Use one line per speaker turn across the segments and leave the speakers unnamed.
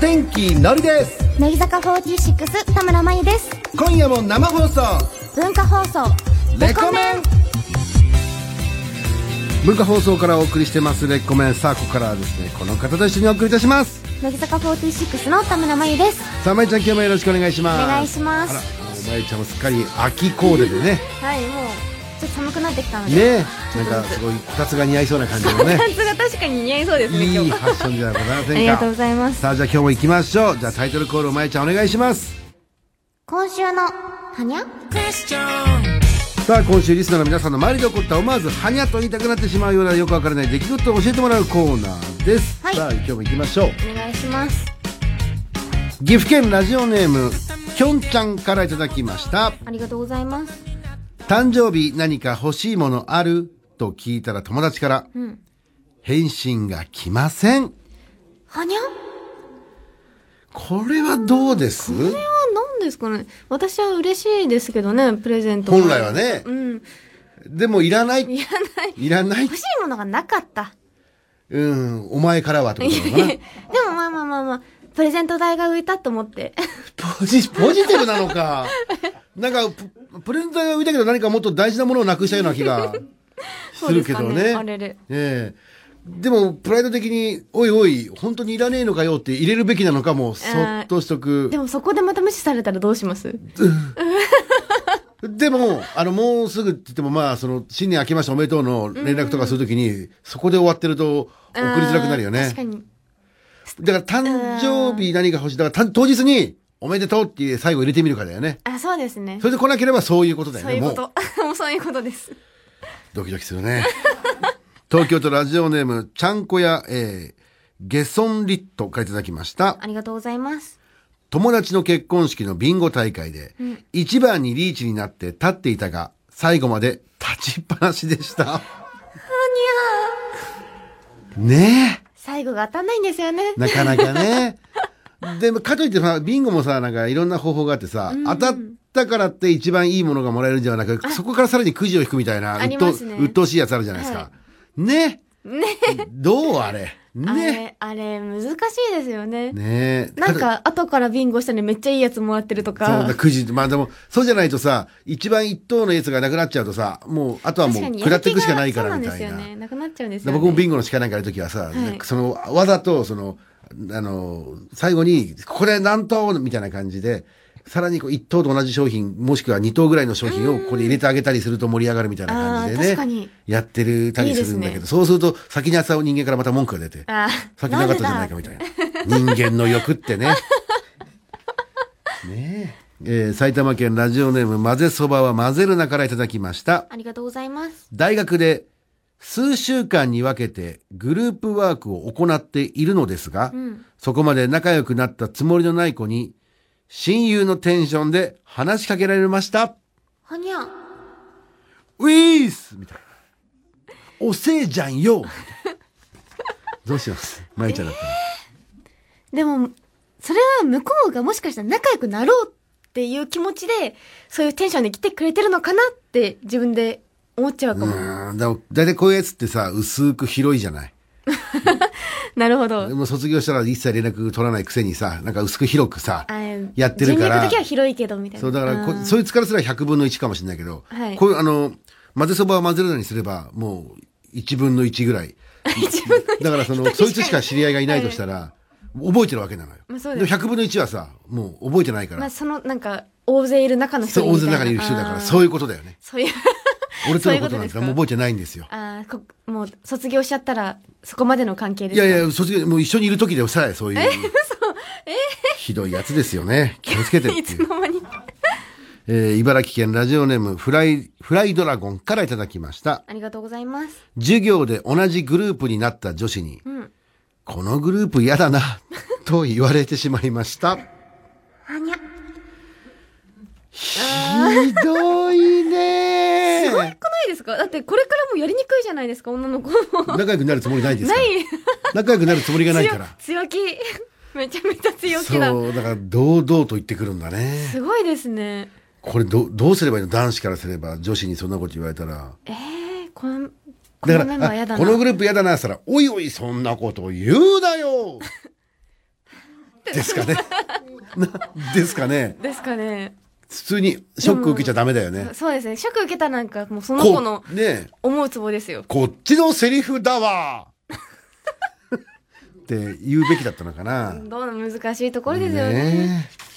天気のりです
乃木坂46田村真由です
今夜も生放送
文化放送
レコメン文化放送からお送りしてますレコメンさあここからはですねこの方と一緒にお送りいたします
乃木坂46の田村真由です
さあまゆちゃん今日もよろしくお願いします
お願いします
あらもうまゆちゃんもすっかり秋コーデ でね
はいもうちょっと寒くなってきたので
ねなんかすごいこたつが似合いそうな感じの ね
パンツが確かに似合いそうですね
い
今
い
日
ファッションじゃございませんか
ありがとうございます
さあじゃあ今日も行きましょうじゃあタイトルコールをまゆちゃんお願いします
今週のはにゃ
さあ今週リスナーの皆さんの周りで起こった思わずはにゃと言いたくなってしまうようなよくわからない出来事を教えてもらうコーナーです、
はい
さあ今日も行きましょう
お願いします
岐阜県ラジオネームきょんちゃんからいただきました
ありがとうございます
誕生日何か欲しいものあると聞いたら友達から、返信が来ません
はにゃ
これはどうです
あなんですかね私は嬉しいですけどね、プレゼントが
本来はね、
うん。
でもいらない
いらない。
いらない
欲しいものがなかった。
うんお前からはってこと なのかな
でもまあまあまあまあ、プレゼント代が浮いたと 思って。
ポジポジティブなのか。なんか、ププレゼントが浮いたけど何かもっと大事なものをなくしたような気がするけど
そう
ね。
ですかねあれれ
ええでも、プライド的に、おいおい、本当にいらねえのかよって入れるべきなのかも、そっとしとく
で。もそこでまた無視されたらどうします
でも、あの、もうすぐって言っても、まあ、その、新年明けましておめでとうの連絡とかするときに、そこで終わってると、送りづらくなるよ
あー
ね
確。かに。
だから、誕生日何が欲しい。だから、た当日に、おめでとうって最後入れてみるかだよね。
あ、そうですね
そ。れで来なければそういうことだよ
そう
ね。
いう
も
こ
う
と。 もうそういうことです。
ドキドキするね。 東京都ラジオネーム、ちゃんこや、えー、ゲソンリットからいただきました。
ありがとうございます
友達の結婚式のビンゴ大会で、一番にリーチになって立っていたが、最後まで立ちっぱなしでした。 はにゃね
最後が当たんないんですよね。
え、なかなかね。でも、かといってさ、ビンゴもさ、なんかいろんな方法があってさ、当たったからって一番いいものがもらえるんじゃなくそこからさらにくじを引くみたいな、
あ
うっ
り
と
ますね
うっとうしいやつあるじゃないですか。
は
ねどうあれ
あ
ね
れ、あれ、難しいですよね。
ねえ
なんか、後からビンゴしたのにめっちゃいいやつもらってると
そう
か
だ、。くじ、まあでも、そうじゃないとさ、一番一等のやつがなくなっちゃうとさ、もう、あとはもう、
確かに
下っていくしかないからみ
や
たい
る気が
な。
そうなんですよね。なくなっちゃうんです
で
よ、ね。
僕もビンゴのしかないからあるときはさ、
い
その、わざと、その、あの、最後に、これ何等みたいな感じで、さらにこう、一等と同じ商品、もしくは二等ぐらいの商品をここで入れてあげたりすると盛り上がるみたいな感じで
あー
ね。
確かに
やってるたりするんだけど、
いいですね
そうすると、先にやってた人間からまた文句が出て、
あー
先なかったじゃないかみたいな。人間の欲ってね。ねえ。えー埼玉県ラジオネーム、混ぜそばは混ぜるなからいただきました。
ありがとうございます
大学で数週間に分けてグループワークを行っているのですが、そこまで仲良くなったつもりのない子に、親友のテンションで話しかけられました。
はにゃ
ウィースみたいな。おせえじゃんよみたいなどうしますまゆちゃんだったら。
でも、それは向こうがもしかしたら仲良くなろうっていう気持ちで、そういうテンションで来てくれてるのかなって自分で思っちゃうかも。
うーん、でも、だいたいこういうやつってさ、薄く広いじゃない。
なるほど。
でも卒業したら一切連絡取らないくせにさ、なんか薄く広くさ
あ、ー
やってるから
人脈だけは広いけど、みたいな。
そう、だからこ、そいつからすら100分の1かもしれないけど、
はい
こういう、あの、混ぜそばは混ぜるのにすれば、もう、1分の1ぐらい。 だから、その、そいつしか知り合いがいないとしたら、覚えてるわけなのよ。
まあそうです
も100分の1はさ、もう覚えてないから、
まあ、その、なんか、大勢いる中の人
そう大勢の中にいる人だから、そう
いう。
いうことだよね。
そういう。
俺と
そうい
の
う
こ
こと
な
と
ん
です
か
か
もう覚えてないんですよ。
ああ、こもう、卒業しちゃったら、そこまでの関係で
い
すか
やいや、卒業、もう一緒にいる時でさえ、そういう。ひどいやつですよ ね。気をつけてってい
いうつ。の間に。
えー茨城県ラジオネームフライ、フライドラゴンからいただきました。
ありがとうございます
授業で同じグループになった女子に、このグループ嫌だ な、と言われてしまいまし
は
た。
にゃ
ひどいね
すごくないですかだって、これからもうやりにくいじゃないですか、女の子も。
仲良くなるつもりないですか
ない。
仲良くなるつもりがないから。
強強気 めちゃめちゃ強気だ
そう、だから堂々と言ってくるんだね。
すごいですね
これど、どうすればいいの男子からすれば、女子にそんなこと言われたら。
えー、このこ
だ
の
か
メン
ら、
バー
あ
やだな
このグループ嫌だな、したら、おいおい、そんなこと言うなよですかね。なですかね。
ですかね。
普通にショック受けちゃダメだよね。
そうですね。ショック受けたなんか、もうその子
こ
の
う、ねえ
思うツボですよ。
こっちのセリフだわって言うべきだったのかな。
どうも難しいところですよね。
ねえ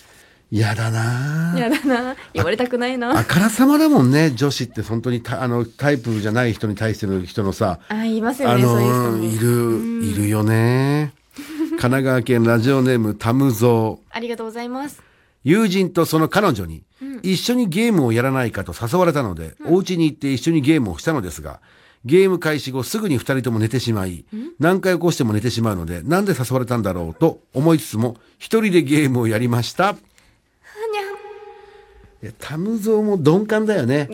嫌だな
嫌だな。言われたくないな。
あからさまだもんね、女子って本当にたあのタイプじゃない人に対しての人のさ、
あ、いますよ
あ
ね、そういう人
の
も。
いる、いるよね。神奈川県ラジオネームタムゾウ。
ありがとうございます。
友人とその彼女に、一緒にゲームをやらないかと誘われたので、お家に行って一緒にゲームをしたのですが、ゲーム開始後すぐに二人とも寝てしまい、何回起こしても寝てしまうので、なんで誘われたんだろうと思いつつも、一人でゲームをやりました。
はにゃん。
いやタムゾウも鈍感だよね。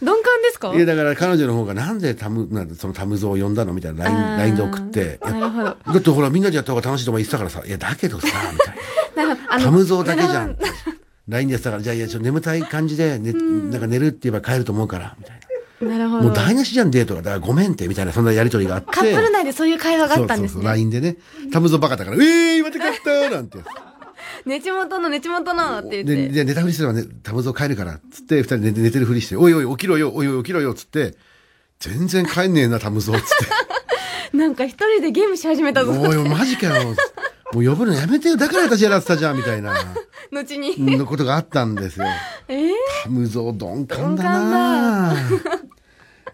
鈍感ですか
いやだから彼女の方がなんでタム、なんでそのタムゾウを呼んだのみたいな
あ
LINE LINE
ー
で送って。いや
なるほ ど。
だってほらみんなでやった方が楽しいとか言ってたからさ、いやだけどさ、みたい
なるほど。あ
な。タ
の
ムゾウだけじゃん。LINE でやってたから、じゃあいやちょっと眠たい感じで、ね、なんか寝るって言えば帰ると思うから、みたい
なるほ
な。も
ど。
う
カ
台無しじゃんデートが、だからごめんって、みたいなそんなやりとりがあって。
ップル内でそういう会話があったんです
そうそうそう、
ね。
LINE でね。タムゾウバカだから、ええー、また買ったなんて。
ねちもとのねちもとのって 言
で、
って。
で寝たふりしてればね、タムゾウ帰るから、つって、二人で寝てるふりして、おいおい起きろよ、おいおい起きろよ、つって、全然帰んねえな、タムゾウ、つって。
なんか一人でゲームし始めたぞ。
おいおいマジかよもう呼ぶのやめてよだから私やらせたじゃんみたいな
後に。
のことがあったん ですよ
ええ
無造鈍感だな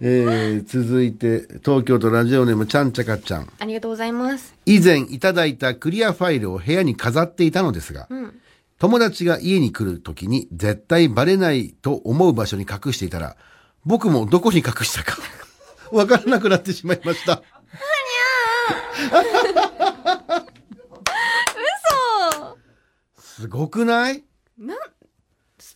えー、続いて東京都ラジオネームちゃんちゃかちゃん
ありがとうございます。
以前いただいたクリアファイルを部屋に飾っていたのですが、
ん
友達が家に来る時に絶対バレないと思う場所に隠していたら僕もどこに隠したかわからなくなってしまいました
そう
すごくない
なん、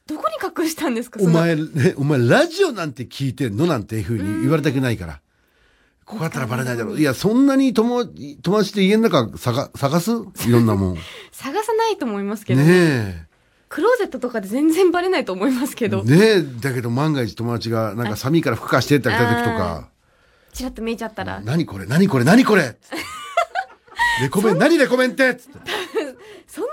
どこに隠したんですか
お
その
前、ね、お前、ラジオなんて聞いてんのなんていうふうに言われたくないから。ここだったらバレないだろう。いや、そんなに友達友達って家の中探探すいろんな もん。ね
探さないと思いますけど、
え。
クローゼットとかで全然バレないと思いますけど、
ねえ、だけど万が一友達がなんか寒いからふ化してって言った時とか、
チラッと見えちゃったら、
何これ何これ何こ れレコメン、何レコメンってつって
そんな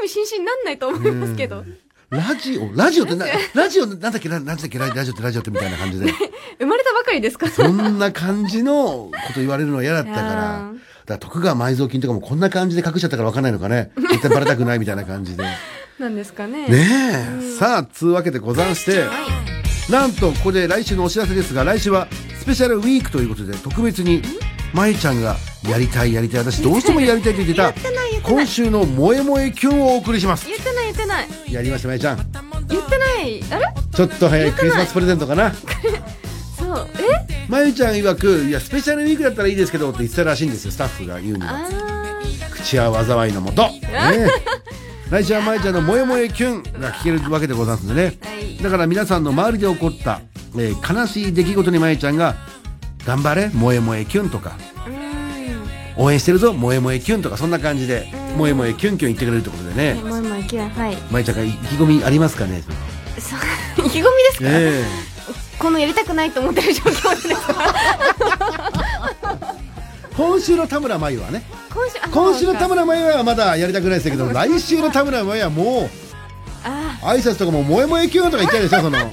興味津々になんないと思いますけど、
ラジオラジオって な、ラジオなんだっけななんだっけララジオってラジオってみたいな感じで。
生まれたばかりですか
そんな感じのこと言われるのは嫌だったから。
い
だ
や
か
ー
ら徳川埋蔵金とかもこんな感じで隠しちゃったからわかんないのか ね。絶対バレたくないみたいな感じで。ね
なんですかね。
え。さあ、つうわけでござんして、なんとここで来週のお知らせですが、来週はスペシャルウィークということで特別に、まゆちゃんがやりたいやりたい、私どうしてもやりたいと言っていた、今週の萌え萌えキュンをお送りします。
言ってない言ってない
やりました、まゆちゃん。
言ってないあれ
ちょっと早いクリスマスプレゼントかな。
そうえ
まゆちゃん曰く、いや、スペシャルウィークだったらいいですけどって言ってたらしいんですよ、スタッフが言うには。
あー
口は災いのもと、ねえ、来週はまえちゃんの「もえもえキュン」が聞けるわけでございますんでね
はい
だから皆さんの周りで起こった、えー悲しい出来事にまえちゃんが「頑張れもえもえキュン」とか
うーん
「応援してるぞもえもえキュン」とかそんな感じで「もえもえキュンキュン」言ってくれるってことでね
もうもういきなはい
まえちゃんが意気込みありますかね
そう意気込みですか、
え
このやりたくないと思ってる状況です
え今週の田村まゆはね
今週あ
今週の田
ま
村まゆはまだやりたくないですけど来週の田村まゆはも
あ
う挨拶とかも「もえもえキュン」とか言っちゃうでしょその。
ー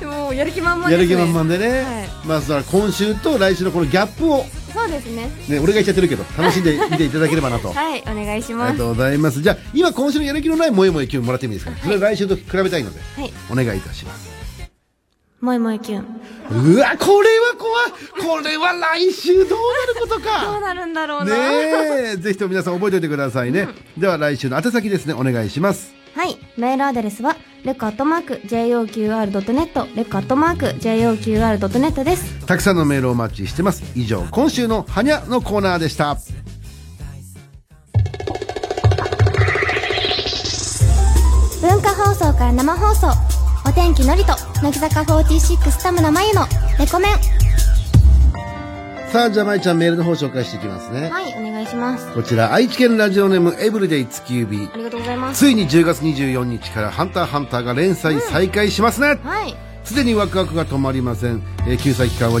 でもやる気満々で
や
すね
る気満々でね、まあそれは今週と来週のこのギャップを、ね、
そうですね
俺が言っちゃってるけど楽しんで見ていただければなと。
はいお願いし
あり
ま
が
す
とうございます。じゃあ、今今週のやる気のない萌え萌え気分もらってもいいですかね。それは来週と比べたいので、
はい
お願いいたします。
もえもえキュン
うわ、これは怖いこれは来週どうなること
どう
か
なるんだろうな、
ねえ、ぜひとも皆さん覚えておいてくださいね。では来週の宛先ですね、お願いします。
はいメールアドレスはレカットマーク JOQR.net レカットマーク JOQR.net です
たくさんのメールをお待ちしてます。以上、今週のハニャのコーナーでした。
文化放送から生放送お天気のりと乃木坂46田村真由のレコメン
さあ、じゃあまいちゃんメールの方紹介していきますね。
はいお願いします
こちら愛知県ラジオネームエブリデイ月指
ありがとうございます
ついに10月24日から「ハンターハンター」が連載再開しますね、
はい
すでにワクワクが止まりません、えー救済期間は2018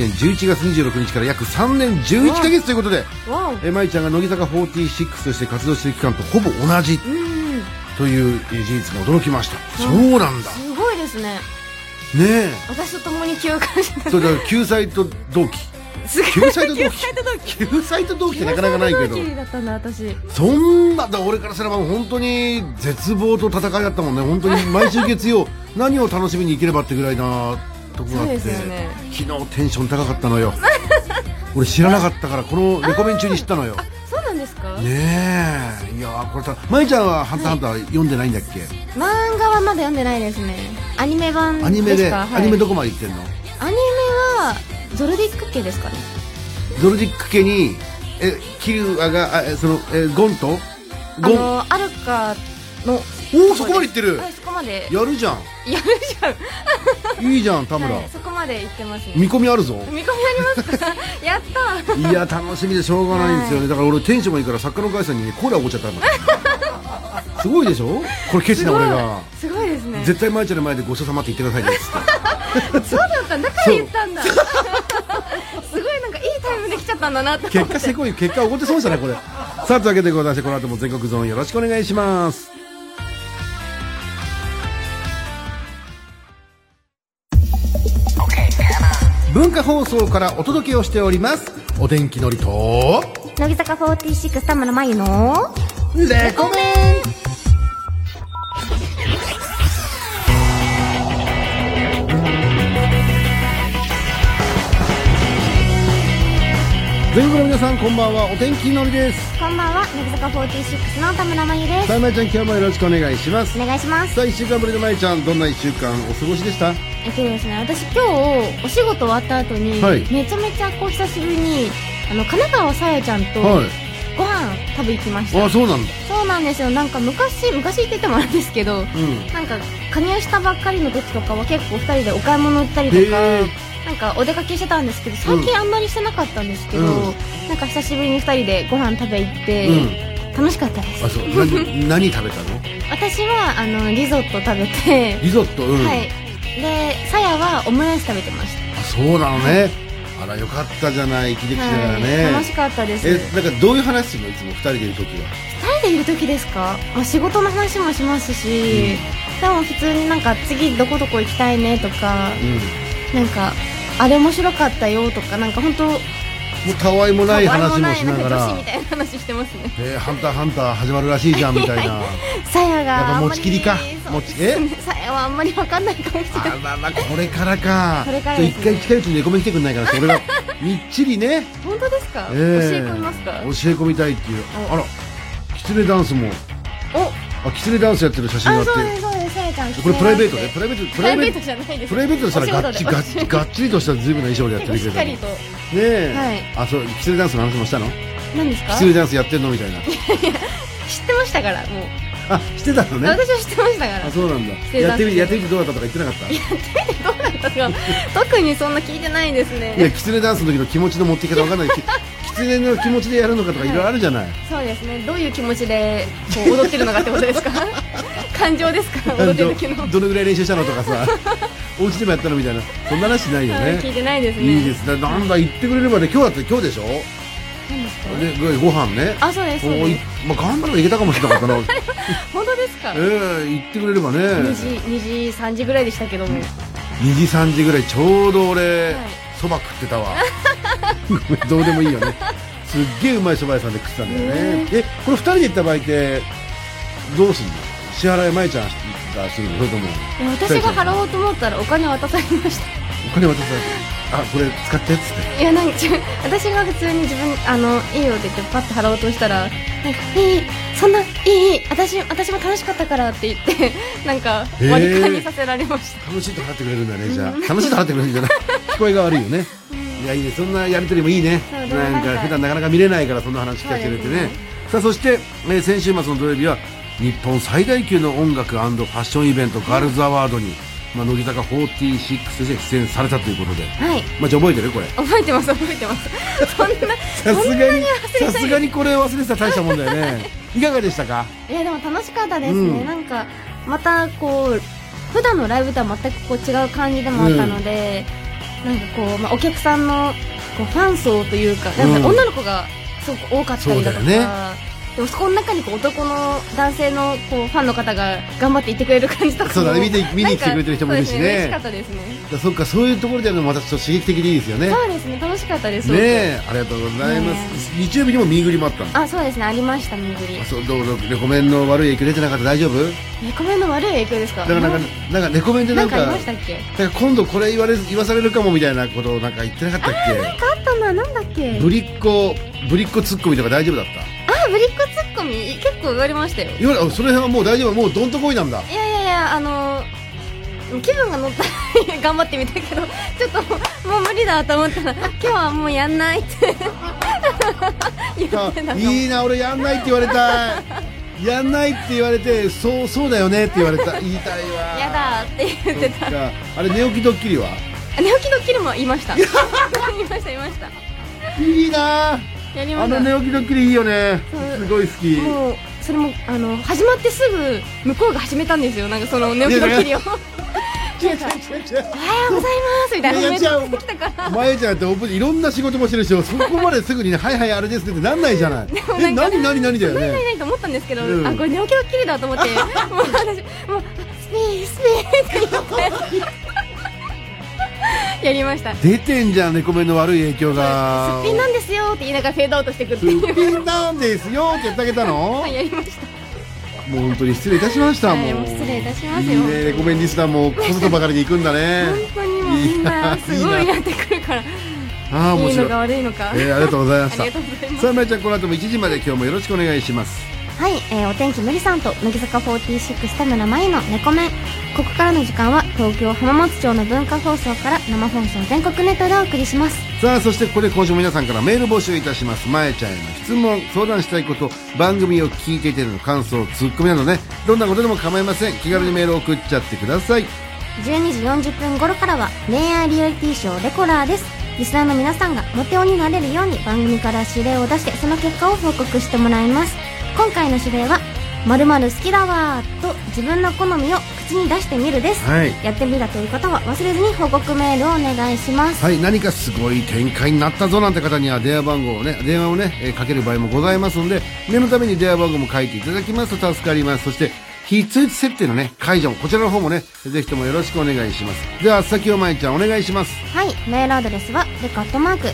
年11月26日から約3年11ヶ月ということで、
わお
えー、舞ちゃんが乃木坂46として活動している期間とほぼ同じ
うん
というえー事実に驚きました、そうなんだね
すごいですね
え
私と共に記憶してた
それだから救済と同期
すごい
救済と同期
救済と同期
救済と同期ってなかなかないけど
同期だったんだ私
そんなだ俺からすれば本当に絶望と戦いだったもんね本当に毎週月 曜何を楽しみに行ければってぐらいなとこがあって、
そうですよね
昨日テンション高かったのよ俺知らなかったからこのレコメン中に知ったの よ
そうなんですか、
ねえいやーこれさ舞ちゃんは「ハンターハンター」読んでないんだっけ、
漫画はまだ読んでないですねアニメ版ですか
アニメで
はい
アニメどこまで行ってんの
アニメはゾルディック系ですかね
ゾルディック家にえキルアがあえそのえゴンと
あ
ゴン
のアルカの
おおそこまで行ってる
はいそこまで
やるじゃ
やるじゃん
んいいじゃん田村、
はい、そこまで行ってますね
見込みあるぞ
見込みありますか やった
いや楽しみでしょうがないんですよね、だから俺テンションがいいから作家の会社にねコーラおごっちゃったんだすごいでしょこれケチな俺が
すごいですね
絶対舞ちゃんの前でごちそうさまって言ってくださいねっつって
そうだったんだから言ったん だすごいなんかいいタイムできちゃったんだなっ て
結果せこい結果おごってそうでしたねこれさあというわけでございましてこの後も全国ゾーンよろしくお願いします文化放送からお届けをしておりますお天気のりと
乃木坂46田村真由の
レコメン全国の皆さんこんばんはお天気のりです
こんばんは乃木坂46の田村真由で
さあまゆちゃん今日もよろしくお願いします
すお願いします
さあ1週間ぶりのまゆちゃんどんな1週間お過ごしでした
えっとですね私今日お仕事終わった後に、
はい
めちゃめちゃこう久しぶりにあの神奈川さやちゃんと
はい
ご飯食べ行きました、
あそうなんだ
そうなんですよなんか昔昔って言ってもあれですけど
うん
なんか加入したばっかりの時とかは結構2人でお買い物行ったりと
へ
か
え
なんかお出かけしてたんですけど最近あんまりしてなかったんですけど、
うん
なんか久しぶりに2人でご飯食べ行って、楽しかったです
あそう何何食べたの
私はあのリゾット食べて、
リゾットうん、
はいでさやはオムライス食べてまし
あそうなのねあらよかったじゃない生きてき
た、
たから
は
ね、
い、楽しかったです
え
2
なんかどういう話するのいつも二人でいる時は
人でいる時ですか、まあ、仕事の話もしますし、でも普通になんか次どこどこ行きたいねとか
うん
なんかあれ面白かったよとかなんか本当
もうたわいもない話もしな
変
が
わりも
ら
いんか女子みたいな話してますね
「えーハンターハンター」始まるらしいじゃんみた いな
さ
や
や
っ
が
ぱ
あんまり
持ちきりか
そう
持ちえ
さやはあんまりわかんないかもしれ
あ
ない
ららこれからか
これからですね
ちょ一回近いうちに猫目来てくんないからそれ がみっちりね、
本当ですか、
えー
教え込みますか
教え込みたいっていうあらキツネダンスも
お
あキツネダンスやってる写真があ
あ
って
そうですそうですさやちゃん
これプライベート
で
ねプライベートプ
プ
ラ
ラ
イ
イ
ベ
ベ
ー
ー
ト
トじゃないです
プライベートでしたらガッチガッ
結
チガッチリとした随分な衣装でやって
構
る
し
け
っ
れ
か
ど
り
も
と
ねえ、
はい
あそうキツネダンスの話もしたの
何ですか
キ
知
ツ
っ
ネダンスやってんのみたいな
てましたからもう、
あしてたのね
私は知ってましたから
あそうなんだ
キツネ
や
ダ
っ
ンス
てみてやってみてどうだったとか言ってなかった
どうだったか特にそんな聞いてないです
いや
ね
キツネダンスの時の気持ちの持っていき方わかん ないきキツネの気持ちでやるのかとかいろいろあるじゃない、
そうですねどういう気持ちでこう踊ってるのかってことですか 感情ですか踊ってる時の
どれぐらい練習したのとか さお家でもやったのみたいなそんな話ないよ
はい聞い
ね
てないですね
いいですねなんだ言ってくれればね今日だって今日でしょで
何ですか
ご飯ね
あそうですそう
おい
です
まあ、頑張ればいけたかもしれなか ったな
本当ですか
ええ言ってくれればね
2時2時3時ぐらいでしたけども、
2時3時ぐらいちょうど俺
はい
そば、食ってたわ ごめんどうでもいいよねすっげえうまいそば屋さんで食ってたんだよねえこれ2人で行った場合ってどうすんの支払いまいちゃんがするのそれとも
いや私が払おうと思ったらお金渡されまし
お金渡されてあこれ使ってっつって
たいやなんかちょ私が普通に自分あのいいよって言ってパッと払おうとしたらなんかいいいいそんないいいい私私も楽しかったからって言ってなんか
へー
割り勘にさせられました
楽しいと払ってくれるんだねじゃあ楽しいと払ってくれるんじゃない聞こえが悪いよねいやいいねそんなやりとりもいいね
そうでも
なん
なん
か
か
普段なかなか見れないからそんな話聞かせてくれてね
そうです
さあそして、えー先週末の土曜日は日本最大級の音楽ファッションイベントガールズアワードに、まあ、乃木坂46として出演されたということで
はい
まあじゃあ覚えてるこれ
覚えてます覚えてます そんな
さすがにさすがにこれ忘れてたら大したもんだよねいかがでしたか
いやでも楽しかったですね、
うん
なんかまたこう普段のライブとは全くこう違う感じでもあったので、なんかこう、まあ、お客さんのこうファン層というかなんか
うん
女の子がすごく多かったりだとか。
そうだよね
でもそこの中にこう男の男性のこうファンの方が頑張っていてくれる感じとかも
そうだね見て見に来てくれてる人もいるしね
なんかそうです嬉しかったですね
だそっかそういうところでもまたちょっと刺激的でいいですよね
そうですね楽しかったです
ね
え
えありがとうございます、日曜日にもミーグリもあったの
あそうですねありました巡り
あそうどうどうレコメンの悪い影響出てなかった大丈夫
レコメンの悪い影響ですか
だからなんか
な
なんかレコメンでな
なん
ん
かあ
か
りましたっけ
なんか今度これ言われ言わされるかもみたいなことをなんか言ってなかったっ
あったななんだっけ
けぶりっ子ぶりっ子ツッコミとか大丈夫だった
あぶりっ子ツッコミ結構言われましたよ
いわゆるあその辺はもう大丈夫もうどんとこいなん だ
いやいやいやあの気分が乗ったら 頑張ってみたけどちょっともう無理だと思ったら今日はもうやんないって言ってた
あ
の
いいな俺やんないって言われたいやんないって言われてそうそうだよねって言われた言いたいわ
やだって言って
そったかあれ寝起きドッキリは
寝起きドッキリも言いました言いま した言いました
いいなあ
やりま
あ
した
の寝起きドッキリいいよね
そう
すごい好き
もうそれもあの始まってすぐ向こうが始めたんですよなんかその寝起きドッキ リをおは
違う違う
よ
違う違う
うございますみたいな
やっちゃう
始めてきたから
まゆちゃんってオープニングいろんな仕事もしてるしそこまですぐにね「はいはいあれですね」ってなんないじゃない
も
え
なんか
何何何だよ
ないない
ね
ないと思ったんですけど、
うん
あこれ寝起きドッキリだと思 ってもう私もうスピースピーって言ってやりましたス
出てんじゃんレコメンの悪い影響が
ピンなんですよって言いながらフェードアウトしてくって
す
いう
っぴんなんですよって言ってあげたの
はいやりました
もう本当に失礼いたしました
はい
もう
もう失礼いたしますよ
いいねレコメンリスナーもこそとばかりで行くんだね
本当にもうみんなすごいやってくるからい
ああ面
い
白
の
い
か悪いのか、
えーありがとうございまし
あり
た
がとうございます
さあまゆちゃんこの後も1時まで今日もよろしくお願いします
はい、えー、お天気のりさんと乃木坂46田村真由の猫面ここからの時間は東京浜松町の文化放送から生放送全国ネットでお送りします
さあそしてここで今週も皆さんからメール募集いたしますまえちゃんへの質問相談したいこと番組を聞いていての感想ツッコミなどねどんなことでも構いません気軽にメールを送っちゃってください
12時40分頃からは恋愛リアリティショーレコラーですリスナーの皆さんがモテ男になれるように番組から指令を出してその結果を報告してもらいます今回の指令は「まる好きだわ」と自分の好みを口に出してみるです、
はい
やってみたという方は忘れずに報告メールをお願いします
はい何かすごい展開になったぞなんて方には電話番号をね電話をね、えーかける場合もございますので念のために電話番号も書いていただきますと助かりますそして非通知設定のね解除もこちらの方もねぜひともよろしくお願いしますでは先をまえちゃんお願いします
はい、メールアドレスはレカットマーク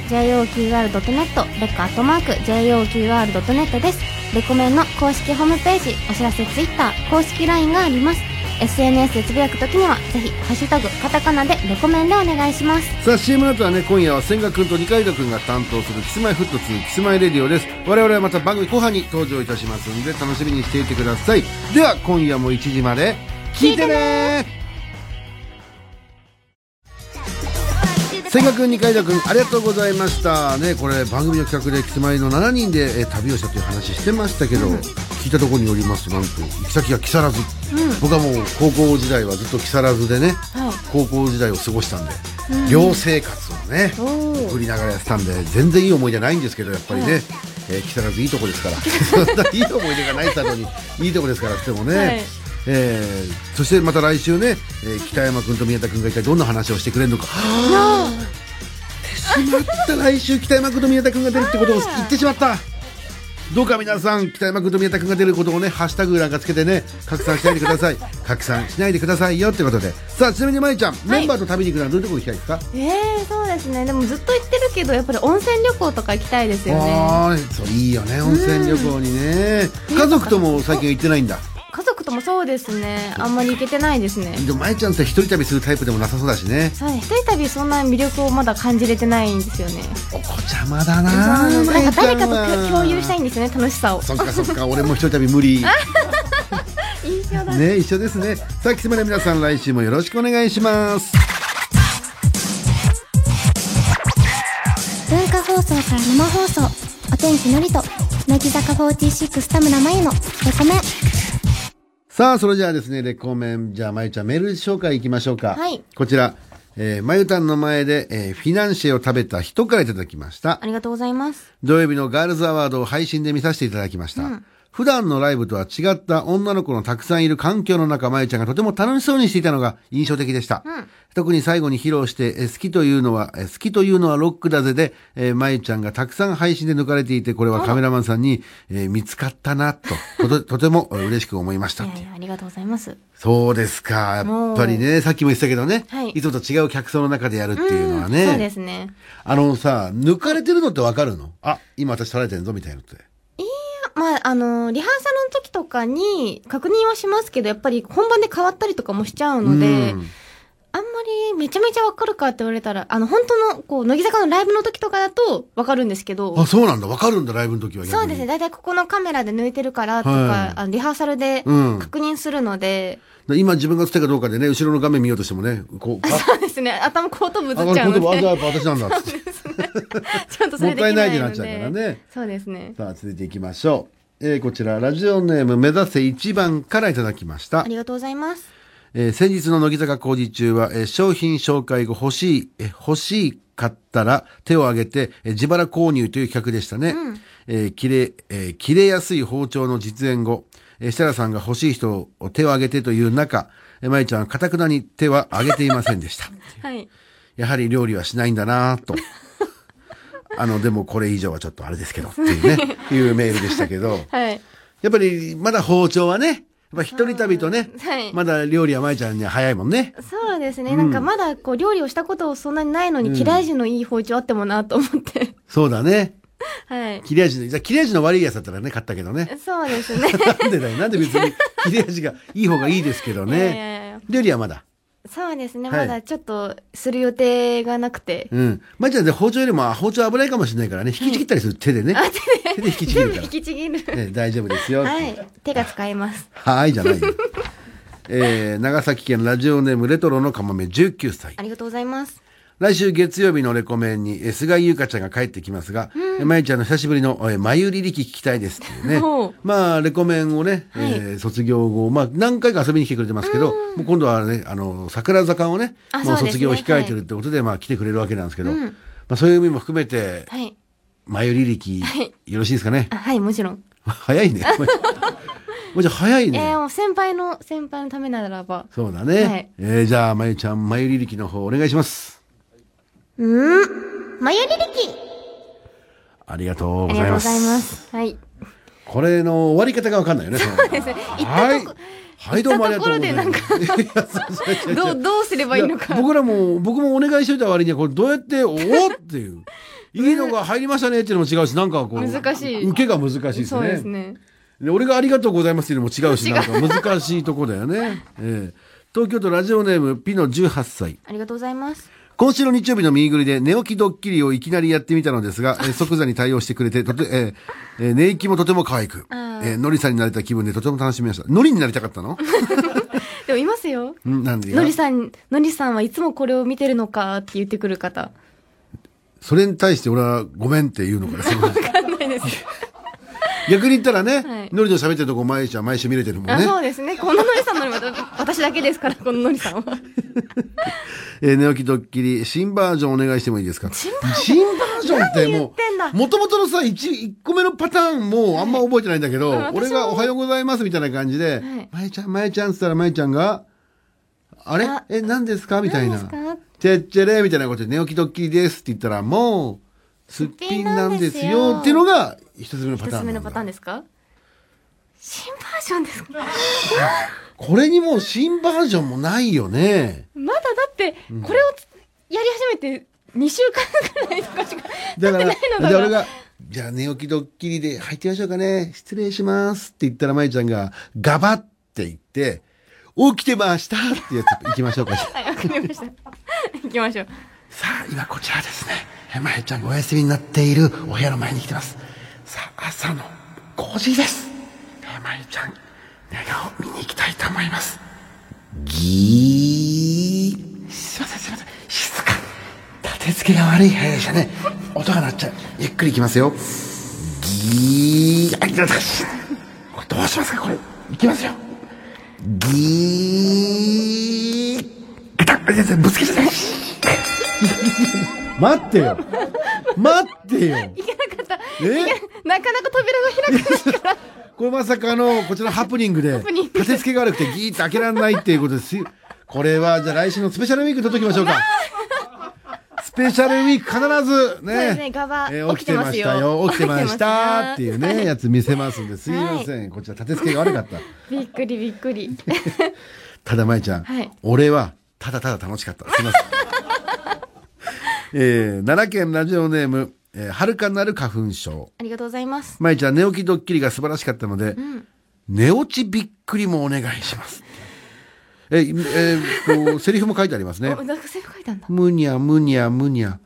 JOQR.net レカットマーク JOQR.net ですレコメンの公式ホームページお知らせツイッター公式 LINE があります SNS でつぶやくときにはぜひ「ハッシュタグカタカナ」でレコメンでお願いします
さあ CM の後はね今夜は千賀君と二階堂君が担当するキスマイフット2キスマイレディオです我々はまた番組後半に登場いたしますんで楽しみにしていてくださいでは今夜も1時まで聞いてね千賀君二階堂君ありがとうございましたねこれ番組の企画でキスマイの7人で、えー旅をしたという話してましたけど、聞いたところによりますとなんと行き先が木更津、僕はもう高校時代はずっと木更津でね、高校時代を過ごしたんで、寮生活をね送りながらやってたんで全然いい思い出ないんですけどやっぱりね、えー木更津いいとこですから そんないい思い出がないさのにいいとこですからってもね、
はい
えーそしてまた来週ね、えー北山君と宮田君が一体どんな話をしてくれる のかしまった来週北山君と宮田君が出るってことを言ってしまったどうか皆さん北山君と宮田君が出ることをねハッシュタグなんかつけてね拡散しないでくだ さい拡散しないでくださいよってことでさあちなみにまゆちゃん、メンバーと旅に行くのはどういうとこ行きたいですか
えー、そうですねでもずっと言ってるけどやっぱり温泉旅行とか行きたいですよね
ああそういいよね温泉旅行にね家族とも最近行ってないんだ
家族ともそうですねあんまり行けてないですね
でもまゆちゃんって一人旅するタイプでもなさそうだしね
そうです一人旅そんな魅力をまだ感じれてないんですよね
お子ちゃまだな
なんか
まゆちゃ
誰
ん
かと
は
共共有したいんですよね楽しさを
そっかそっか俺も一人旅無 理
印象だ
ね一緒ですねさあキスマイの皆さん来週もよろしくお願いします
文化放送から生放送お天気のりと乃木坂46田村真由のレコメン
さあ、それじゃあですね、レコメン、じゃあ、まゆちゃん、メール紹介いきましょうか。
はい
こちら、えー、まゆたんの前で、えーフィナンシェを食べた人からいただきました
あ。りがとうございます
土曜日のガールズアワードを配信で見させていただきました。普段のライブとは違った女の子のたくさんいる環境の中、まゆちゃんがとても楽しそうにしていたのが印象的でした。特に最後に披露して、え好きというのは、え好きというのはロックだぜで、えーまゆちゃんがたくさん配信で抜かれていて、これはカメラマンさんに、えー見つかったな、と、と てとてもえー嬉しく思いました
い
っ
や
てい。
いうや、ありがとうございます。
そうですか。やっぱりね、さっきも言ってたけどね、
はい
い、つもと違う客層の中でやるっていうのはね。
そうですね。
あのさ、抜かれてるのってわかるのあ、今私撮られてんぞ、みたいなのって。
まあ、あの、リハーサルの時とかに確認はしますけど、やっぱり本番で変わったりとかもしちゃうので、
うん
あんまりめちゃめちゃわかるかって言われたら、あの、本当の、こう、乃木坂のライブの時とかだとわかるんですけど、
あ、そうなんだ。わかるんだ、ライブの時は逆に。
そうですね。。大体ここのカメラで抜いてるからとか、
はい
あのリハーサルで
うん
確認するので、
今自分が映ったかどうかでね、後ろの画面見ようとしてもね、 こう、あ、
そうですね。頭後頭部
あ
ず
こ
っち
れ
ゃう
言
の
葉、あ、
で、
じゃあやっぱ私なんだ っつ って。
ちゃんとそれできないので。
もったいないってなっちゃうからね。
そうですね。
さあ、続いていきましょう。えーこちら、ラジオネーム、目指せ1番からいただきました
あ。りがとうございます。
えー先日の乃木坂工事中は、えー商品紹介後欲しい、えー欲しいかったら手を挙げて、えー自腹購入という企画でしたね。えー切れ、えー切れやすい包丁の実演後、えー設楽さんが欲しい人を手を挙げてという中、えー、まゆちゃんはかたくなに手は挙げていませんでした。
はい。
やはり料理はしないんだなぁと。あの、でもこれ以上はちょっとあれですけどっていうね、いうメールでしたけど。
はい。
やっぱり、まだ包丁はね、やっぱ一人旅とね、
はい
まだ料理はまいちゃんには早いもんね。
そうですね。なんかまだこう料理をしたことそんなにないのに、切れ味のいい包丁あってもなと思って。
そうだね。
はい。
切れ味の、じゃあ切れ味の悪いやつだったらね、買ったけどね。
そうですね。
なんでだよ、なんで別に切れ味がいい方がいいですけど
いやいや
ね。
いや
料理はまだ。
そうですね。
は
ま
い
だちょっとする予定がなくて。
うん。まいちゃんで包丁よりも、あ包丁危ないかもしれないからね、引きちぎったりする手でね。手で引きちぎ
全
る
部
か
引きちぎる。
ら。ね、大丈夫ですよ。
はい。手が使えます。
はい、じゃないよ。えー、長崎県ラジオネームレトロのかもめ19歳。
ありがとうございます。
来週月曜日のレコメンに、えー菅井優香ちゃんが帰ってきますが、えーまゆちゃんの久しぶりの、えー、まゆりりき聞きたいですっていうね
ほう。
まあ、レコメンをね、えー卒業後、まあ、何回か遊びに来てくれてますけど、もう今度はね、あの、桜坂をね、
あ
もう
そうです
卒
ね
業を控えてるってことで、まあ、来てくれるわけなんですけど、まあ、そういう意味も含めて、
はい。
まゆりりき、よろしいですかね。
あはい、もちろん。
早いね。 もうじゃ早いね。
えー、もう先輩の、先輩のためならば。
そうだね。
はい
えーじゃあ、まゆちゃん、まゆりりきの方お願いします。
まゆりりき。
ありがとう
あ
ご
り
ざいま
がとうご
す。
ざいます。はい。
これの終わり方がわかんないよね。そうですね。はい。はい、どうもありがとうございます。
どう、どうすればいいの
い
か。
や僕らも、僕もお願いしといた割には、これどうやって、おおって いう。いいのが入りましたねっていうのも違うし、なんかこう。
難しい
受けが難しいですね。
そうですね。
で俺がありがとうございますっていうのも違うし、なんか難しいとこだよね。ええ東京都ラジオネーム、ピノ18歳。
ありがとうございます。
今週の日曜日のミーグリで寝起きドッキリをいきなりやってみたのですが、えー即座に対応してくれて、とて、えーえー寝息もとても可愛く、え
あー
ーノリさんになれた気分でとても楽しみました。ノリになりたかった の
でもいますよ。
んなんで
のり
ん。
さん、のりさんはいつもこれを見てるのかって言ってくる方。
それに対して俺はごめんって言うのかな。わかんないです。逆に言ったらね、
はい
ノリの喋ってるとこ毎日は毎週見れてるもん
あ
ね。
そうですね。こののりさんのりまた私だけですから、こののりさんは。
えー寝起きドッキリ、新バージョンお願いしてもいいですか新バージョンっても
何言って
う、もともとのさ、1、一個目のパターンもあんま覚えてないんだけど、
はいうん
俺
私
が
も
おはようございますみたいな感じで、
い
まえちゃん、まえちゃんって言ったらまえちゃんが、あれ
あ
え、何ですかみたいな
何ですか。
ちゃっちゃれみたいなことで寝起きドッキリですって言ったら、もう、すっぴんなんですよっていうのが一つ目のパ
一
ター
つ
ン
目
な
の
ん
パター
だ。
ンですか新バージョンですか
これにもう新バージョンもないよね。
まだだって、これをつやり始めて2週間くらいとかしか
だ
経って
か
ない
ら、
の
じ
か
ゃあ俺
な。
が、じゃあ寝起きドッキリで入ってみましょうかね。失礼しますって言ったら、まゆちゃんが、ガバって言って、起きてましたってやつ、行きましょうか。さ
はい、わかりました。行きましょう。
あ、今こちらですね。まゆちゃんがお休みになっているお部屋の前に来てます。さあ、朝の5時です。まゆちゃん、寝顔見に行きたいと思います。ギー。すいません、すいません。静か。立て付けが悪い部屋でしたね。音が鳴っちゃう。ゆっくり行きますよ。ギー。あ、いただし。これどうしますかこれ。行きますよ。ギー。あ痛っあいやいやぶつけちゃった。待ってよ。待ってよ。
行けなかった。
え
なかなか扉が開かないから。
これまさかの、こちらハプニングで、
プニング
立て付けが悪くてギーッと開けられないっていうことです。これは、じゃあ来週のスペシャルウィークに撮っときましょうか。スペシャルウィーク必ずね、
そうですねガバ
えー起きてましたよ、起き
起き
て
て
ま
ますよ
したっていうね、やつ見せますんで、すいません。こちら立て付けが悪かった。
びっくりびっくり。
ただまいちゃん、
はい
俺はただただ楽しかった。すいま せん。えー、奈良県ラジオネーム、えー、はるかなる花粉症。
ありがとうございます。
まいちゃん、寝起きドッキリが素晴らしかったので、寝落ちびっくりもお願いします。え、えー、と、セリフも書いてあり ますね
お。なんかセリフ書いたんだ。
むにゃむにゃむにゃ。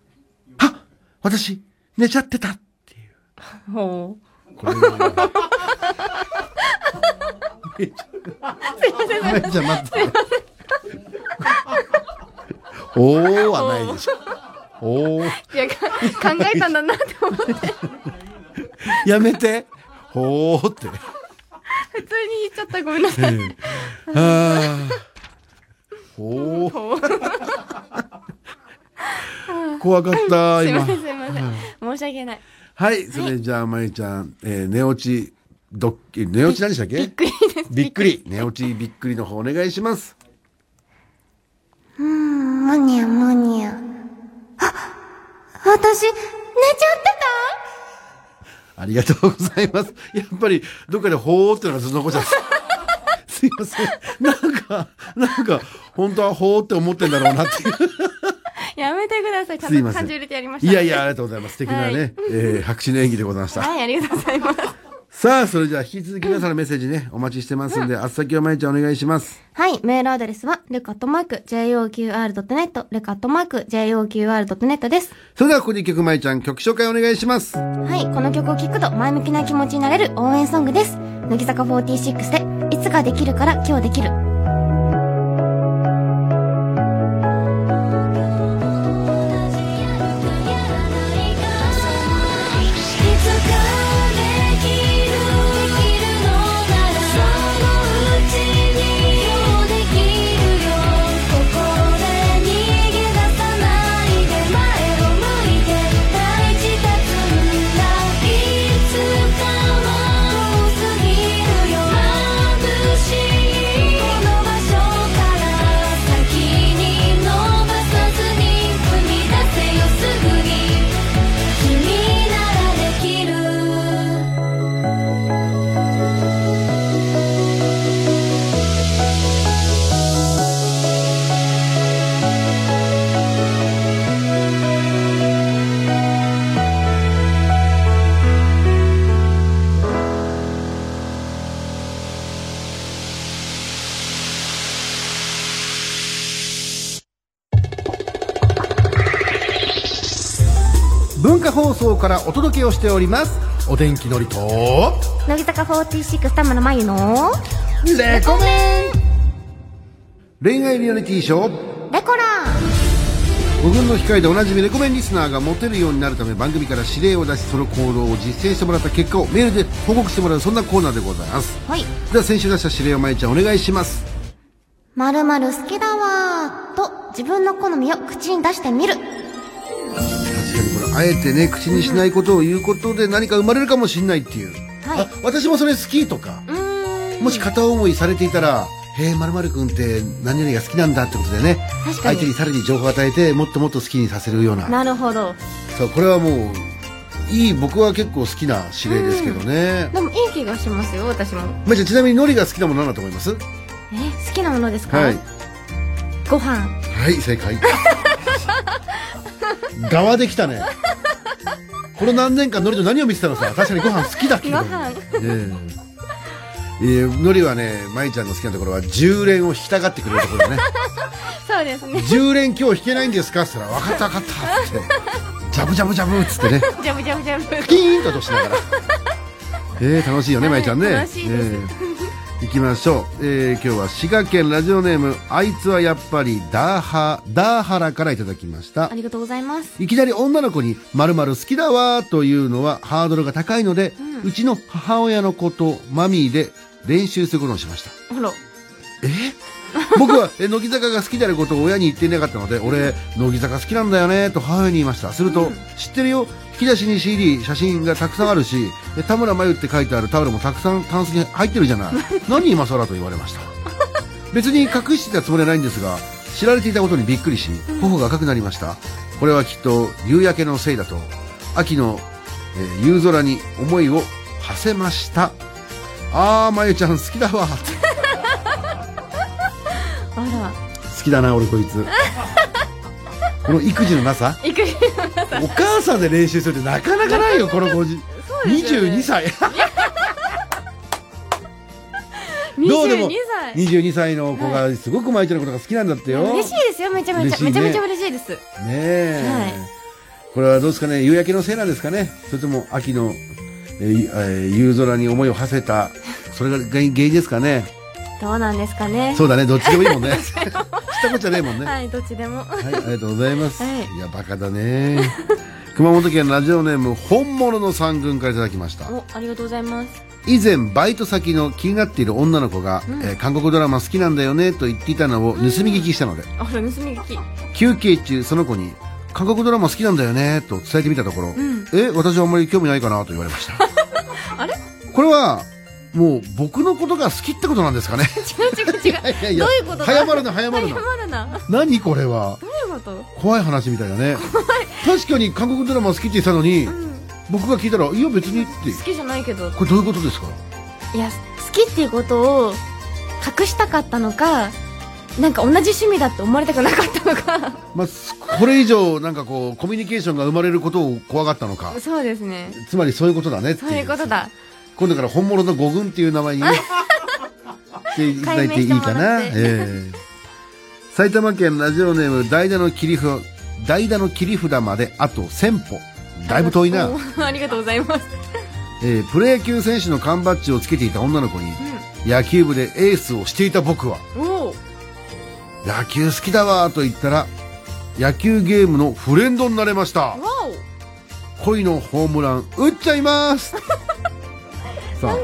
は私、寝ちゃってた っていう。
ほう。
これはめっちゃ待って。 おーはないでしょ。おー。
いや、か考えたんだなって思って、普通に
やめて。ほーって。
言っちゃった。ごめんなさい。
あーほー。
ほう。
怖かった、
すい
今
ま。せん、すいません。申し訳ない。
はい、それじゃあ、まゆちゃん、えー寝落ち、どっき、寝落ち何でしたっけ
びっくりです。
びっくり。寝落ちびっくりの方お願いします。
むにゃむにゃ。
私、寝ちゃって
ありがとうございます。 やっぱり、どっかでほーってのがずっと残っちゃう。 すいません。なんか、なんか、本当はほーって思ってんだろうなっていう。
やめてください。ちゃ
すい
ん
ま
と
せん
感情入れてやりました。
いやいや、ありがとうございます。素敵なね、
はい
えー白紙の演技でございました。
はい、ありがとうございます。
さあ、それじゃあ、引き続き皆さんのメッセージね、お待ちしてますんで、あっさきをまゆちゃんお願いします。
はい、メールアドレスは、レカットマーク、JOQR.net、レカットマーク、JOQR.net です。
それでは、ここで一曲まゆちゃん、曲紹介お願いします。
はい、この曲を聴くと前向きな気持ちになれる応援ソングです。乃木坂46で、いつかできるから今日できる。
文化放送からお届けをしております。お天気のりと、
乃木坂46田村真由の、
レ
ごめん
恋愛リアリティショー、
レコラ
五軍の控えでおなじみレコメンリスナーがモテるようになるため番組から指令を出しその行動を実践してもらった結果をメールで報告してもらうそんなコーナーでございます
はい。
では先週出した指令をまゆちゃんお願いします
まるまる好きだわーと自分の好みを口に出してみる。
確かにこれあえてね口にしないことを言うことで何か生まれるかもしれないっていう、
はい
あ私もそれ好きとか
うーん。
もし片思いされていたらへえ、まるくんって何々が好きなんだってことでね。
確か
相手に
に。
さらに情報を与えて、もっともっと好きにさせるような。
なるほど。
そう、これはもう、いい、僕は結構好きな指令ですけどね。
でもいい気がしますよ、私も。
まあ、じゃあちなみに海苔が好きなもの何だと思います
え、好きなものですか
はい。
ご飯。
はい、正解。側できたね。この何年間のりと何を見てたのさ、確かにご飯好きだけど。
ご飯
ええええのりはね、まいちゃんの好きなところは、10連を引きたがってくれるところね。
そうですね。
10連今日引けないんですかって言ったら、分かった分かったって。ジャブジャブジャブっつってね。
ジャブジャブジャブ。
キーンと落としなが ら。ええ楽しいよね、まいちゃんね。
楽しいです
ええ行きましょう、ええ今日は滋賀県ラジオネームあいつはやっぱりダーハダーハラからいただきました
ありがとうございます。
いきなり女の子に「まる好きだわ」というのはハードルが高いので、うちの母親のことマミーで練習することにしました
ほら。
僕はえ乃木坂が好きであることを親に言っていなかったので俺乃木坂好きなんだよねと母親に言いましたすると、知ってるよ引き出しに CD 写真がたくさんあるしで田村真由って書いてあるタオルもたくさんタンスに入ってるじゃない 何今更と言われました別に隠してたつもりはないんですが知られていたことにびっくりし頬が赤くなりましたこれはきっと夕焼けのせいだと秋の、えー夕空に思いを馳せましたあーまゆちゃん好きだわ好
あ
きだな俺こい つこの育児のなさ
ら。いく
お母さんで練習するってなかなかないよこの5時22歳どうでも
22歳。
22歳の子がすごくまゆちゃんのことが好きなんだってよ
嬉しいですよ、めちゃめち
嬉
ゃ。
しいね
めちゃめちゃ嬉しいです。
ねえ、
はい
これはどうですかね夕焼けのせいなんですかねそれとも秋の、えーいえー夕空に思いを馳せたそれが原因原因ですかね
どうなんですかね。
そうだねどっちでもいいも んねしたことじゃねえもんねはい、
はい、どっちでも。あ
ありがとうございます、
はい
い、やバカだね熊本県ラジオネーム本物の三軍からいただきました
おありがとうございます
以前バイト先の気になっている女の子が、えー韓国ドラマ好きなんだよねと言っていたのを盗み聞きしたので、
ら、盗み聞き。
休憩中その子に韓国ドラマ好きなんだよねと伝えてみたところ、え私はあんまり興味ないかなと言われました
あれ
これはもう僕のことが好きってことなんですかね
違う違う 違う。
いやいやいや
どういうことだ
早まるな早まるな
謝るな。
何これは
どういうこと
怖い話みたいだね確かに韓国ドラマ好きって言ってたのに、僕が聞いたらいや別にって
好きじゃないけど。
これどういうことですか
いや、好きっていうことを隠したかったのか、なんか同じ趣味だって思われたくなかったのか。
まあ、すこれ以上なんかこうコミュニケーションが生まれることを怖がったのか
そうですね。
つまりそういうことだねって
そういうことだ。
今度から本物の五軍っていう名前に していただいていいか
改名してもら
な、
って
ええ埼玉県ラジオネーム代打の切り札代打の切り札まであと1000歩だいぶ遠いな
お。 ありがとうございます。
えープロ野球選手の缶バッジをつけていた女の子に、野球部でエースをしていた僕は
おお。
野球好きだわーと言ったら野球ゲームのフレンドになれました
わお。
恋のホームラン打っちゃいますさ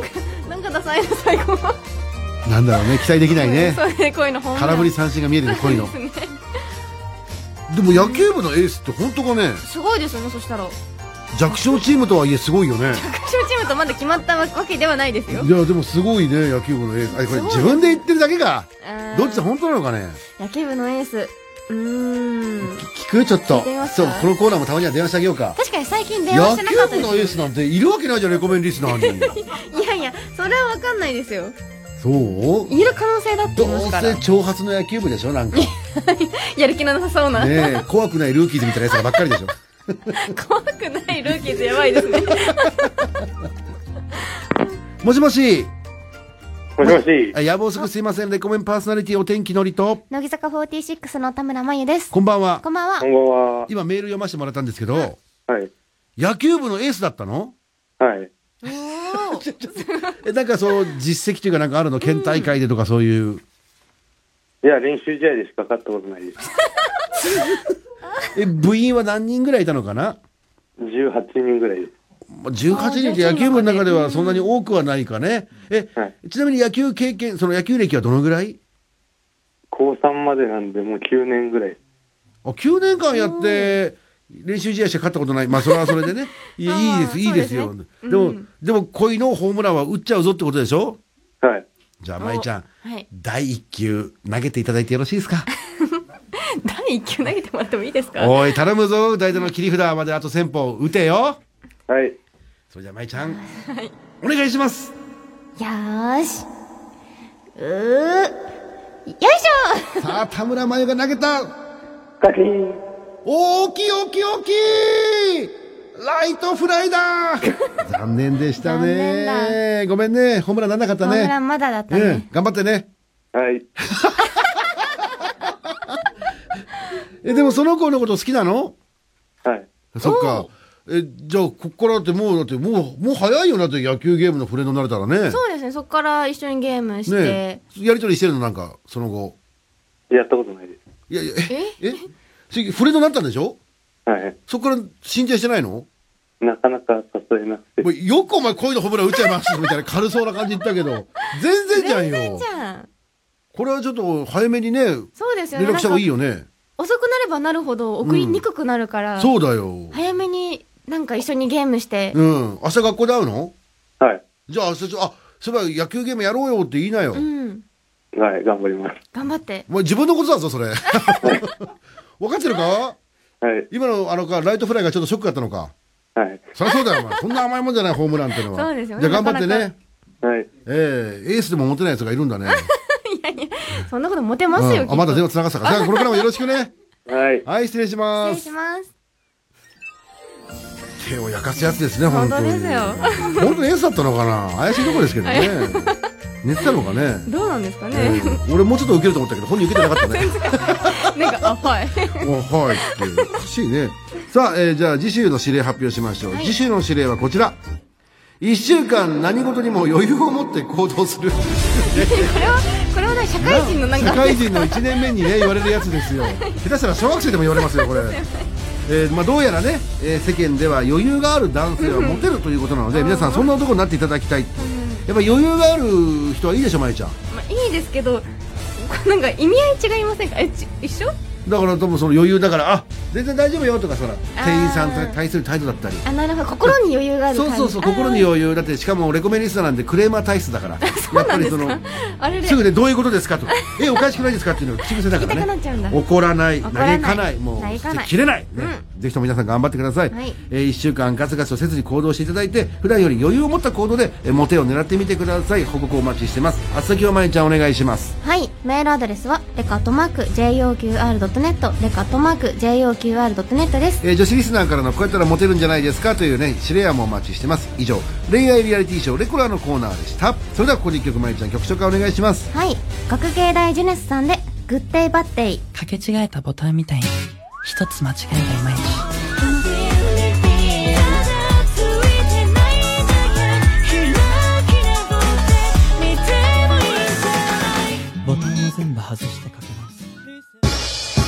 なんかダサいな、最後。
あなんだろうね期待できないね
そうね、恋の本
空振り三振が見えてる恋の
ですね。
でも野球部のエースって本当かね
すごいですよね、そしたら。
弱小チームとはいえすごいよね
歌唱チームとまだ決まったわけではないですよ
い。やでもすごいね野球部のエースあこれ
すごい
自分で言ってるだけか
あー
どっちだ本当なのかね
野球部のエース。うーん。
聞くちょっと
聞いてみます
そう
か
このコーナーもたまには電話してあげようか
確かに最近電話
野
してなかった
球部
で
のエースなんているわけないじゃんレコメンリスナーに
す。いやいや、それはわかんないですよ。
そう
いる可能性だって言いま
ど
す
う
か
せ
ら。
挑発の野球部でしょなんかね
やる気のなさそうな。
え怖くないルーキーズみたいなやつらばっかりでしょ
怖くないルーキーズやばい ですね。
もしもし
もしもし、
あ野望すぐすいませんレコメンパーソナリティお天気のりと
乃木坂46の田村真由です
こんばんは
こんばんは
こんばんは。
今メール読ませてもらったんですけど
はい。
野球部のエースだったの
はい。
えなんかその実績というかなんかあるの県大会でとかそういう、
いや、練習試合でしか勝ったことないです。
え部員は何人ぐらいいたのかな
18人ぐらいです。
まあ18人って野球部の中ではそんなに多くはないかねえ、
はい
ちなみに野球経験その野球歴はどのぐらい
高3までなんで、もう9年ぐらい。
あ9年間やって練習試合しか勝ったことないまあそれはそれでねいやいいですいいですよで,、もでも恋のホームランは打っちゃうぞってことでしょ
はい。
じゃあ舞ちゃん
はい。
第1球投げていただいてよろしい ですか
第1球投げてもらってもいいですか
おい頼むぞ代打の切り札まであと先歩打てよ
はい。
それじゃあ舞ちゃん、お願いします
よーしうーよいしょ
さあ田村真由が投げた
カキーン
大きい大きい大きいライトフライ だ残念でした
残
ねごめんねホームランなんなかった
ホームラ
ね
ンまだだった
う
ね
ん頑張ってね
はい。
えでもその子のこと好きなの
はい。
そっかえじゃあこっからだってもうだってもうもう早いよなって野球ゲームのフレンドになれたらね
そうですね、そこから一緒にゲームして。
ねえやりとりしてるのなんかその後
やったことないです。
いやいやえええフレンドになったんでしょ
はい。
そこから進展してないの
なかなか誘えなくて。
もうよくお前恋のホームラン打っちゃいますみたいな軽そうな感じ言ったけど全然じゃんよ
じゃん。
これはちょっと早めにね
そうですよね。
連絡した方がいいよね
遅くなればなるほど送りにくくなるから、
そうだよ
早めになんか一緒にゲームして、
うん。明日学校で会うの
は
じゃあ明日ちょ、あ、そういえば野球ゲームやろうよって言いなよ。
うん、
い。はい、頑張ります。
頑張って。
お前自分のことだぞ、それ。 分かってるか
はい。
今の、あのか、ライトフライがちょっとショックだったのか。
はい。
そりゃそうだよ、お前。そんな甘いもんじゃない、ホームランってのは。
そうですよ
じゃあ頑張って
なか
ね。
はい。
ええエースでも持てない奴 がいるんだね。
そんなことモテ ますよ、
うんあ、まだ電話繋がってたから。じゃあこれからもよろしくね。
はい。
はい、失礼しま
失礼
す
し。ます。
手を焼かすやつですね、本当に。
本当ですよ
本当にエースだったのかな怪しいとこですけどね。寝てたのかね。
どうなんですかね。
うん俺もうちょっと受けると思ったけど本人受けてなかった ね。
なんか、あ、はい。
おはいっておかしいねさあ、えーじゃあ次週の指令発表しましょう、次週の指令はこちら1週間何事にも余裕を持って行動する
これはね、社会人のなん
社
か、
会人の1年目にね言われるやつですよ下手したら小学生でも言われますよこ れ、えーまあ、どうやらね、えー世間では余裕がある男性はモテるということなので皆さんそんな男になっていただきたいやっぱ余裕がある人はいいでしょまゆちゃん
まあ、いいですけど、こうなんか意味合い違いませんかえ、ち一緒
だから多分その余裕だからあ全然大丈夫よとかそら店員さんに対する態度だったり
あ、なるほど。心に余裕がある
そう
感じ。
そうそう心に余裕だってしかもレコメンリストなんでクレーマー体質だから やっぱりその
あれです
ぐねどういうことですかとかえおかしくないですかっていうのが口癖だか
聞きた
ら
くなっちゃうん
ね
だ
怒らない
怒らない
嘆かないもう
嘆かない
切れない、ねぜひとも皆さん頑張ってください、
はい
えー、1週間ガツガツとせずに行動していただいて普段より余裕を持った行動で、えーモテを狙ってみてください報告をお待ちしてますあっさきはまゆちゃんお願いします
はい、メールアドレスはレカトマーク JOQR.net レカトマーク JOQR.net です
えー女子リスナーからのこうやったらモテるんじゃないですかというね指令案もお待ちしてます以上恋愛リアリティショーレコラのコーナーでしたそれではここで一曲まゆちゃん曲紹介お願いします
はい、学芸大ジュネスさんでグッデイバッデイ
かけ違えたボタンみたいに一つ間違えがいまいちボタンを全部外してかけます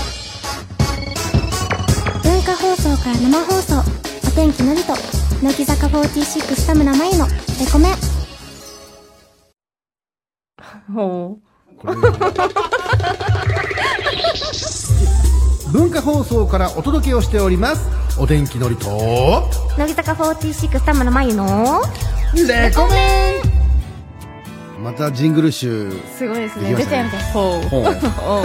文化放送から生放送お天気のりと乃木坂46田村真由のレコメン
ほう。
文化放送からお届けをしておりますお天気のりと
乃木坂46田村真由の
レ
コメン
またジングル集
すごいです
できま
ね。
した
出て
ね
るんで。ほう。
本
ほう。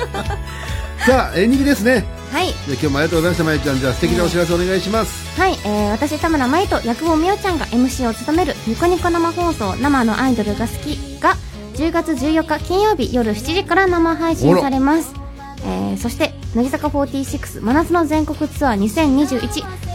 さあエンディングですね
はい
じゃあ今日もありがとうございましたまゆちゃんじゃあ素敵なお知らせお願いします
はい、えー、私田村舞と薬王美桜ちゃんが MC を務めるニコニコ生放送生のアイドルが好きが10月14日金曜日夜7時から生配信されます、えー、そして乃木坂46真夏の全国ツアー2021フ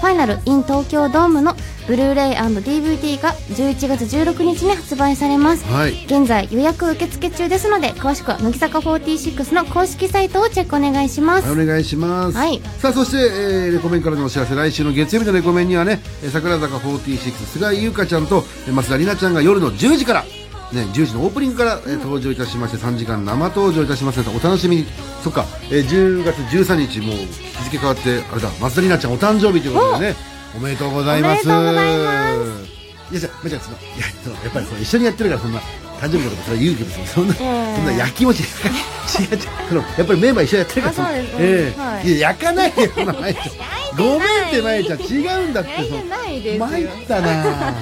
ァイナル in 東京ドームのブルーレイ &DVD が11月16日に発売されます
はい
現在予約受付中ですので詳しくは乃木坂46の公式サイトをチェックお願いします
はいお願いします、
はい
さあそして、えーレコメンからのお知らせ来週の月曜日のレコメンにはねえー櫻坂46菅井優香ちゃんとえー増田里奈ちゃんが夜の10時からね、10時のオープニングから、えー登場いたしまして3時間生登場いたしますのでお楽しみにそっか、えー10月13日もう日付変わってあれだ増田里奈ちゃんお誕生日ということでねおめでとうございます
おめでとうございます
いやじゃあまあじゃあそのいやそのやっぱりその一緒にやってるからそんな誕生日のことかそれは言うけどそんな、そんなやきもち違う違う そのやっぱりメンバー一緒にやってるから
あそう
の
です
ええ
はい
い、や焼かないよそんなまゆちゃんごめんってまゆちゃん違うんだってそ
出て
の
ないですよ。
参ったなあ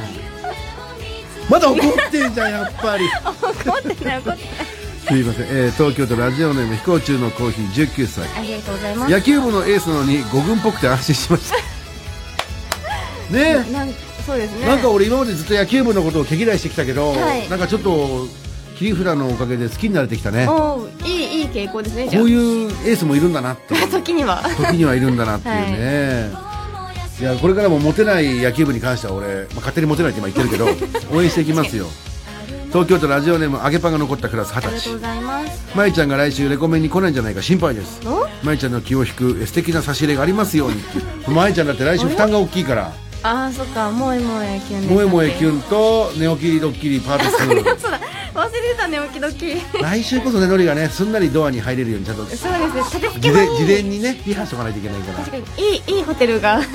まだ怒ってんじゃんやっ ぱり
怒ってない、怒ってない。
すいません、えー東京都ラジオネーム飛行中のコーヒー19歳
ありがとうございます
野球部のエースなのに五軍っぽくて安心しま したねえ
なんそうですね。
なんか俺今までずっと野球部のことを毛嫌いしてきたけど、
はい
なんかちょっと切り札のおかげで好きになれてきたねこ
おーいい、いい傾向ですね、じゃ
ういうエースもいるんだなって
あ。 時には。
時にはいるんだなっていうね、い、やこれからもモテない野球部に関しては俺、まあ、勝手にモテないって今言ってるけ ど応援していきますよ東京都ラジオネーム揚げパンが残ったクラス二十
ありがとう
歳
ございます
まいちゃんが来週レコメンに来ないんじゃないか心配です
お
まいちゃんの気を引くえ素敵な差し入れがありますよ うにってまいちゃんだって来週負担が大きいから
ああ、そっか、もえもえキュンです
萌え萌えキュンと寝起きドッキリパート2
そうだ、忘れてたね、おき どき。
来週こそねノリがねすんなりドアに入れるようにちゃんと事
そうですね、立て付けも
前
いい。
事前にねリハしとかないといけない から
確かにいい、いいホテルが。
ね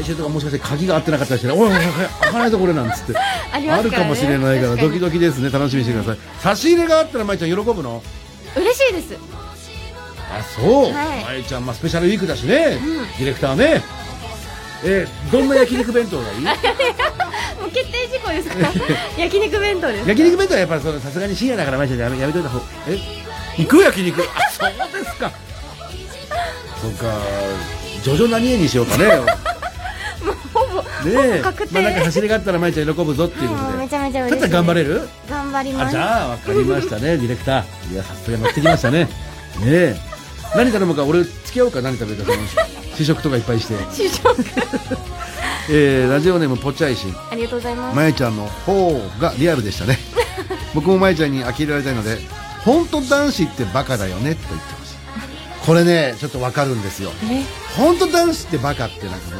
来週とかもしかして鍵が合ってなかったりしてね、おいおいおい、開かないとこれなんつって。あ
りますからね
るかもしれないから、
確かに
ドキドキですね、楽しみにしてください。差し入れがあったら、まいちゃん喜ぶの。
嬉しいです。
あ、そう。
はい
まいちゃん、まあ、スペシャルウィークだしね、ディレクターね。えーどんな焼肉弁当がいい
もう決定事項で すから焼肉弁当です
焼肉弁当はやっぱりそのさすがに深夜だから毎日やめやめといた方え行く焼肉あそうですかそっかジョジョ何絵にしようかね
もうほぼ
ねえ
確定
まあなんか走りがあったら舞ちゃん喜ぶぞっていうこ
もう
と
め
で
ちゃめちゃ
だ
嬉
っ
したい
ら頑張れる
頑張りま
あ
す
じゃあわかりましたねディレクターいやさすが乗ってきましたねねえ何頼むか俺付き合おうか何食べるかその試食とかいっぱいして、
主張
えーラジオネームぽっちゃいしん
ありがとうございます
まえちゃんの方がリアルで したね僕もまえちゃんに呆れられたいので本当男子ってバカだよねと言ってましたこれねちょっとわかるんですよ本当男子ってバカってなんか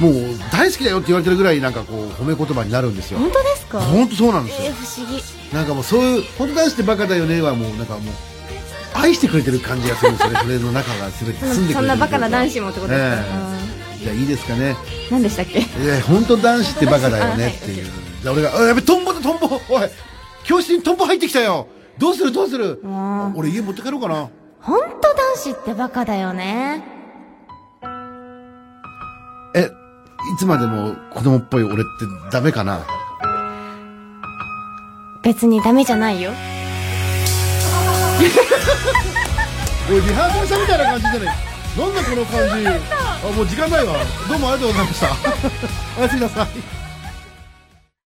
もうもう大好きだよって言われてるぐらいなんかこう褒め言葉になるんですよ
本当ですか
本当そうなんです
えー
よ
不思議
なんかもうそういう本当男子ってバカだよねはもうなんかもう愛してくれてる感じがするんですよねそれの中が全て
そ
住んでくれてる
そんなバカな男子もってことですか、
ええじゃあいいですかね
うん何でしたっけ
えー、本当男子ってバカだよねっていう、じゃあ俺が「あやべトンボだトンボおい教室にトンボ入ってきたよどうするどうするあ俺家持って帰ろうかな
本当男子ってバカだよね
えいつまでも子供っぽい俺ってダメかな
別にダメじゃないよ
おいリハーサルしたみたいな感じじゃないなんだこの感じあもう時間ないわどうもありがとうございました おやすみなさい